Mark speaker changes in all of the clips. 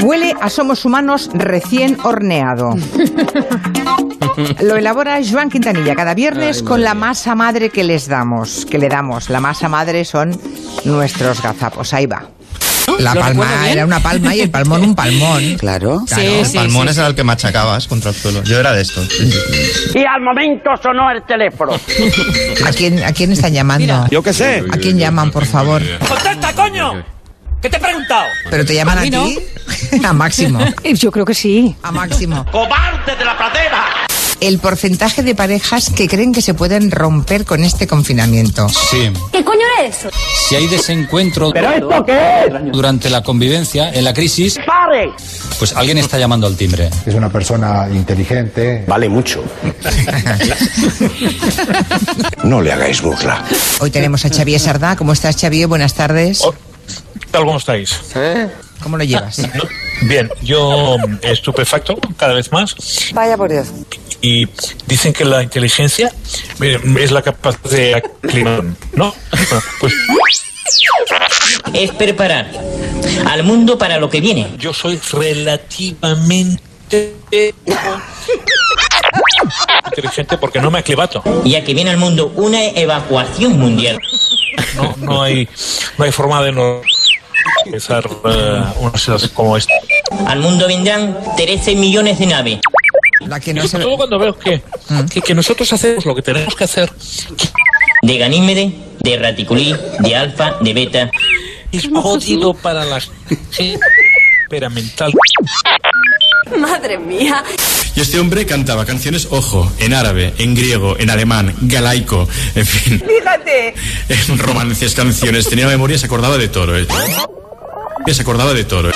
Speaker 1: Huele a Somos Humanos recién horneado. Lo elabora Joan Quintanilla cada viernes
Speaker 2: Ay,
Speaker 1: con
Speaker 2: madre
Speaker 1: la
Speaker 2: mía.
Speaker 1: masa madre que les damos, que le damos. La masa madre son nuestros gazapos. Ahí va.
Speaker 3: La
Speaker 4: ¿Lo recuerdo
Speaker 3: palma
Speaker 4: bien?
Speaker 3: era una palma y el palmón un palmón.
Speaker 5: Claro.
Speaker 3: Claro.
Speaker 4: Sí,
Speaker 2: El
Speaker 4: sí,
Speaker 2: palmón
Speaker 4: sí,
Speaker 2: es el que machacabas contra el suelo. Yo era de estos.
Speaker 6: Y al momento sonó el teléfono.
Speaker 3: ¿A quién, ¿A quién están llamando?
Speaker 7: Yo qué sé.
Speaker 3: ¿A quién llaman, por favor?
Speaker 4: ¡Contesta, coño! ¿Qué te he preguntado?
Speaker 3: ¿Pero te llaman
Speaker 4: ¿A
Speaker 3: a
Speaker 4: mí no?
Speaker 3: ti? A Máximo.
Speaker 8: Eh, Yo creo que sí.
Speaker 3: A Máximo.
Speaker 6: ¡Cobarde de la pradera!
Speaker 3: El porcentaje de parejas que creen que se pueden romper con este confinamiento.
Speaker 9: Sí.
Speaker 10: ¿Qué coño era eso?
Speaker 9: Si hay desencuentro
Speaker 6: esto qué es?
Speaker 9: durante la convivencia, en la crisis,
Speaker 6: ¡Pare!
Speaker 9: pues alguien está llamando al timbre.
Speaker 11: Es una persona inteligente.
Speaker 7: Vale mucho.
Speaker 5: No le hagáis burla.
Speaker 3: Hoy tenemos a Xavier Sardá. ¿Cómo estás, Xavier? Buenas tardes.
Speaker 9: Oh.
Speaker 7: Oh, tal cómo estáis?
Speaker 3: ¿Cómo lo llevas?
Speaker 7: Bien, yo mm, estupefacto cada vez más
Speaker 5: Vaya por Dios.
Speaker 7: y dicen que la inteligencia eh, es la capacidad de aclimar, ¿no? Bueno, Pues
Speaker 4: Es preparar al mundo para lo que viene.
Speaker 7: yo soy relativamente inteligente porque no me aclimato.
Speaker 4: Ya que viene al mundo una evacuación mundial.
Speaker 7: No, no hay no hay forma de no pensar eh, una situación como esta.
Speaker 4: Al mundo vendrán 13 millones de naves.
Speaker 3: La que no
Speaker 7: Yo
Speaker 3: se...
Speaker 7: sobre todo cuando veo que, que, que nosotros hacemos lo que tenemos que hacer,
Speaker 4: De Ganímede, de Raticulí, de Alfa, de Beta.
Speaker 7: es jodido para la gente mental.
Speaker 10: Madre mía.
Speaker 9: Y este hombre cantaba canciones, ojo, en árabe, en griego, en alemán, galaico, en fin. Fíjate. En romances, canciones, tenía memoria, se acordaba de todo. ¿eh? Se acordaba de todo. eh.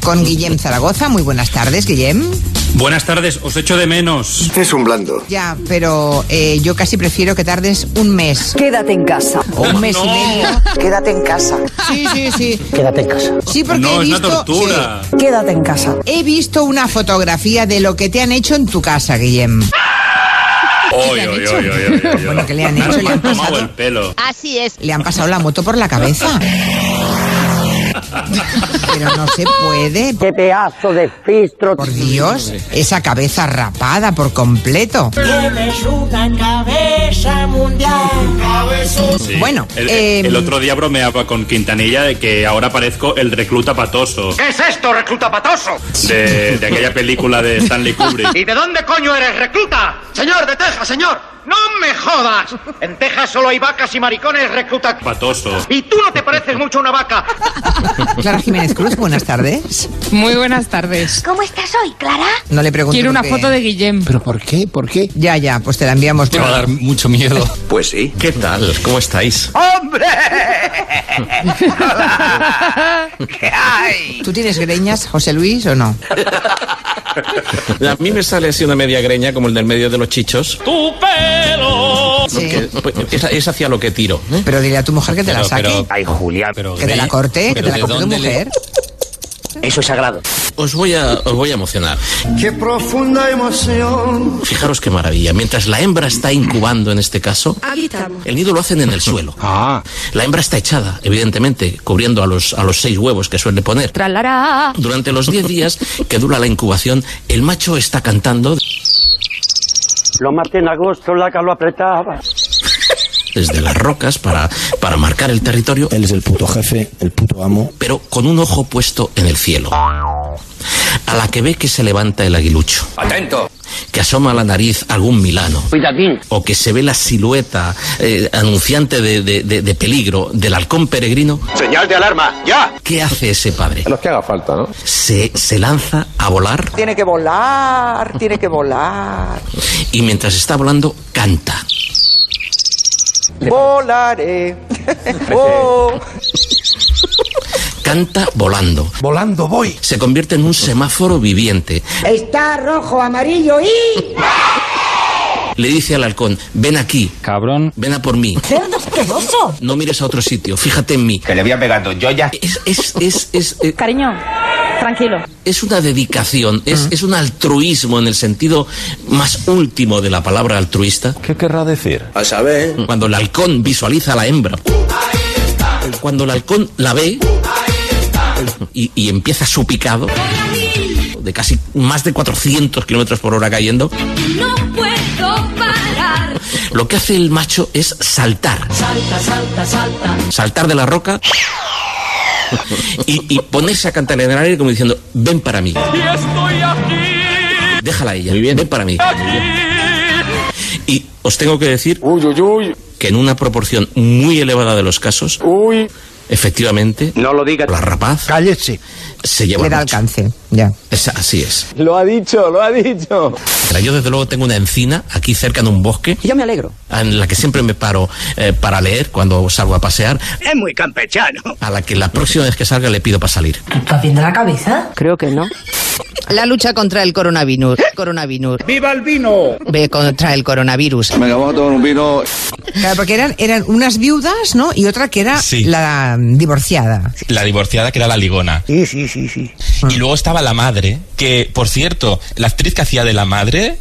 Speaker 3: Con Guillem Zaragoza. Muy buenas tardes, Guillem.
Speaker 9: Buenas tardes, os echo de menos.
Speaker 5: Es un blando.
Speaker 3: Ya, pero eh, yo casi prefiero que tardes un mes.
Speaker 8: Quédate en casa.
Speaker 3: O un mes y medio.
Speaker 5: Quédate en casa.
Speaker 3: Sí, sí, sí.
Speaker 6: Quédate en casa.
Speaker 3: Sí, porque he
Speaker 9: no, es
Speaker 3: visto...
Speaker 9: una tortura.
Speaker 8: Quédate en casa.
Speaker 3: sí. He visto una fotografía de lo que te han hecho en tu casa, Guillem.
Speaker 9: Oy, oy, oy, oy, oy, oy, oy.
Speaker 3: Bueno, que le han hecho,
Speaker 9: Claro,
Speaker 3: le han
Speaker 9: tomado
Speaker 3: pasado.
Speaker 9: el pelo.
Speaker 10: Así es.
Speaker 3: Le han pasado la moto por la cabeza. Pero no se puede,
Speaker 6: ¡Qué pedazo de fistro!
Speaker 3: por Dios. Esa cabeza rapada por completo. Bueno,
Speaker 9: El,
Speaker 3: eh,
Speaker 9: el otro día bromeaba con Quintanilla de que ahora parezco el recluta patoso
Speaker 6: ¿Qué es esto, recluta patoso?
Speaker 9: de, de aquella película de Stanley Kubrick.
Speaker 6: ¿Y de dónde coño eres, recluta? Señor, de Texas, señor. ¡No me jodas! En Texas solo hay vacas y maricones, recluta.
Speaker 9: Patoso.
Speaker 6: Y tú no te pareces mucho a una vaca.
Speaker 3: Clara Jiménez Cruz, buenas tardes.
Speaker 12: Muy buenas tardes.
Speaker 10: ¿Cómo estás hoy, Clara?
Speaker 3: No le pregunto.
Speaker 12: Quiero una
Speaker 3: por qué.
Speaker 12: foto de Guillem.
Speaker 7: ¿Pero por qué? ¿Por qué?
Speaker 3: Ya, ya, pues te la enviamos.
Speaker 9: Te va a dar mucho miedo.
Speaker 5: Pues sí.
Speaker 2: ¿Qué tal? ¿Cómo estáis?
Speaker 6: ¡Hombre! Hola. ¿Qué hay?
Speaker 3: ¿Tú tienes greñas, José Luis, o no?
Speaker 2: A mí me sale así una media greña como el del medio de los chichos.
Speaker 3: Sí.
Speaker 2: Pues, Es, es hacia lo que tiro. ¿eh?
Speaker 3: Pero dile a tu mujer que te la
Speaker 9: Pero-
Speaker 3: saque.
Speaker 9: pero-
Speaker 6: Ay, Julián.
Speaker 9: pero
Speaker 3: que te la
Speaker 9: Grey,
Speaker 3: corte, que
Speaker 9: pero
Speaker 3: te la
Speaker 9: ¿de
Speaker 3: corte tu
Speaker 9: dónde le-
Speaker 3: mujer.
Speaker 6: Eso es sagrado.
Speaker 2: Os voy a, os voy a emocionar.
Speaker 7: Qué profunda emoción.
Speaker 2: Fijaros qué maravilla. Mientras la hembra está incubando en este caso, el nido lo hacen en el suelo.
Speaker 7: Ah.
Speaker 2: La hembra está echada, evidentemente, cubriendo a los, a los seis huevos que suele poner. Durante los 10 días que dura la incubación, el macho está cantando
Speaker 6: Lo maté en agosto, la que lo apretaba.
Speaker 2: desde las rocas para, para marcar el territorio,
Speaker 7: Él es el puto jefe, el puto amo.
Speaker 2: pero con un ojo puesto en el cielo. A la que ve que se levanta el aguilucho,
Speaker 5: Atento.
Speaker 2: que asoma la nariz algún milano,
Speaker 6: Cuidadín.
Speaker 2: o que se ve la silueta eh, anunciante de, de- de- de peligro del halcón peregrino,
Speaker 5: Señal de alarma. Ya.
Speaker 2: ¿qué hace ese padre?
Speaker 7: Los que haga falta, ¿no?
Speaker 2: Se, se lanza a volar
Speaker 5: Tiene que volar, tiene que volar.
Speaker 2: y mientras está volando canta.
Speaker 5: Volaré. Oh.
Speaker 2: Canta volando.
Speaker 7: Volando voy.
Speaker 2: Se convierte en un semáforo viviente.
Speaker 8: Está rojo, amarillo y...
Speaker 2: Le dice al halcón, ven aquí,
Speaker 9: Cabrón.
Speaker 2: ven a por mí,
Speaker 8: ¡Cerdo asqueroso!
Speaker 2: no mires a otro sitio, fíjate en mí.
Speaker 5: Que le voy a pegar dos joyas.
Speaker 2: Es, es, es, es, eh,
Speaker 12: Cariño, tranquilo.
Speaker 2: es una dedicación,
Speaker 7: Mm.
Speaker 2: es, es un altruismo en el sentido más último de la palabra altruista.
Speaker 7: ¿Qué querrá decir?
Speaker 5: A saber.
Speaker 2: Cuando el halcón visualiza a la hembra. Cuando el halcón la ve. y, y empieza su picado de casi más de 400 kilómetros por hora cayendo.
Speaker 10: No puedo parar.
Speaker 2: Lo que hace el macho es saltar.
Speaker 10: Salta, salta, salta.
Speaker 2: saltar de la roca y, y ponerse a cantar en el aire como diciendo, ven para mí,
Speaker 10: Y estoy aquí.
Speaker 2: déjala a ella, ven para mí. Y os tengo que decir que en una proporción muy elevada de los casos, efectivamente, no lo diga la rapaz, se lleva
Speaker 3: Le da
Speaker 2: al macho.
Speaker 3: alcance, ya.
Speaker 2: Es- así es.
Speaker 6: Lo ha dicho, lo ha dicho.
Speaker 2: Mira, Yo desde luego tengo una encina aquí cerca de un bosque. Yo me alegro. En la que siempre me paro eh, para leer cuando salgo a pasear. Es muy campechano. A la que la próxima vez que salga le pido para salir.
Speaker 4: ¿Estás bien de la cabeza? Creo que no.
Speaker 3: La lucha contra el coronavirus. Coronavirus. ¡Viva el vino! contra el coronavirus.
Speaker 6: Venga, vamos a tomar un vino.
Speaker 3: Claro, porque eran, eran unas viudas, ¿no? Y otra que era
Speaker 5: Sí.
Speaker 3: la divorciada.
Speaker 5: La divorciada que era la ligona. Sí, sí, sí, sí. Y luego estaba la madre, que por cierto, la actriz que hacía de la madre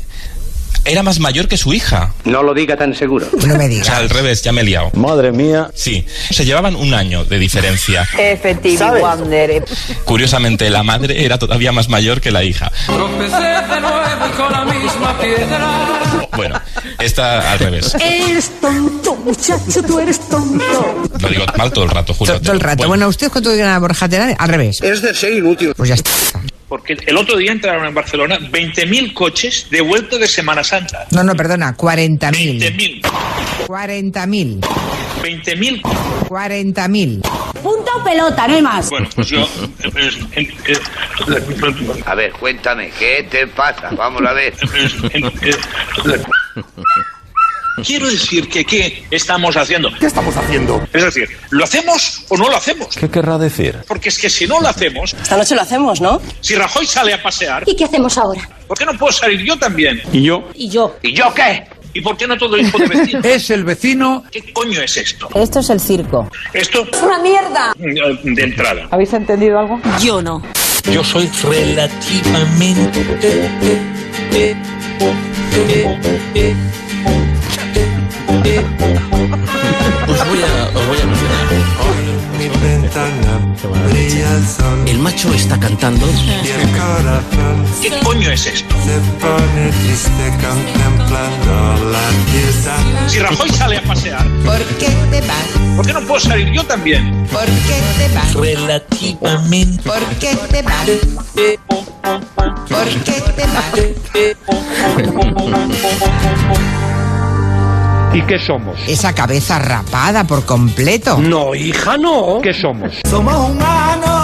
Speaker 5: era más mayor que su hija.
Speaker 6: No lo diga tan seguro.
Speaker 3: No me
Speaker 5: O sea, al revés, ya me he liado. Madre mía. Sí, se llevaban un año de diferencia.
Speaker 13: Efectivo, Wander.
Speaker 5: Curiosamente, la madre era todavía más mayor que la hija.
Speaker 10: de nuevo con la misma piedra.
Speaker 5: Bueno, esta al revés.
Speaker 14: Eres tonto, muchacho, tú eres tonto.
Speaker 5: Lo digo mal todo el rato,
Speaker 3: Todo,
Speaker 5: juro.
Speaker 3: todo el rato. Bueno, ¿ustedes cuánto ganan Borja Terán? Al revés.
Speaker 7: Es de ser inútil.
Speaker 3: Pues ya está.
Speaker 7: Porque el otro día entraron en Barcelona 20.000 coches de vuelta de Semana Santa.
Speaker 3: No, no, perdona. 40.000.
Speaker 7: 20.000.
Speaker 3: 40.000.
Speaker 7: 20.000.
Speaker 3: 40.000.
Speaker 10: Punto o pelota, no hay más.
Speaker 7: Bueno, pues yo... eh,
Speaker 6: A ver, cuéntame, ¿qué te pasa? Vamos a ver.
Speaker 7: Quiero decir que qué estamos haciendo. ¿Qué estamos haciendo? Es decir, ¿lo hacemos o no lo hacemos?
Speaker 15: ¿Qué querrá decir?
Speaker 7: Porque es que si no lo hacemos,
Speaker 4: Esta noche lo hacemos, ¿no?
Speaker 7: si Rajoy sale a pasear,
Speaker 4: qué hacemos ahora?
Speaker 7: ¿por qué no puedo salir yo también?
Speaker 15: ¿Y yo?
Speaker 4: ¿Y yo?
Speaker 7: ¿Y yo qué? ¿Y por qué no todo hijo de vecino?
Speaker 15: es el vecino.
Speaker 7: ¿Qué coño es esto?
Speaker 4: Esto es el circo.
Speaker 7: Esto
Speaker 4: ¡Es una mierda!
Speaker 7: eh, de entrada.
Speaker 4: ¿Habéis entendido algo? Yo no.
Speaker 16: Yo soy relativamente.
Speaker 2: Os voy a, os voy a mencionar. El macho está cantando.
Speaker 7: ¿Qué coño es esto? Si Rajoy sale a pasear,
Speaker 3: ¿Por qué te vas?
Speaker 7: ¿por qué no puedo salir yo también?
Speaker 3: ¿Por qué te vas?
Speaker 16: Relativamente.
Speaker 3: ¿Por qué te vas? ¿Por qué te
Speaker 17: ¿Y qué somos?
Speaker 3: Esa cabeza rapada por completo.
Speaker 17: No, hija, no. ¿Qué somos? Somos humanos.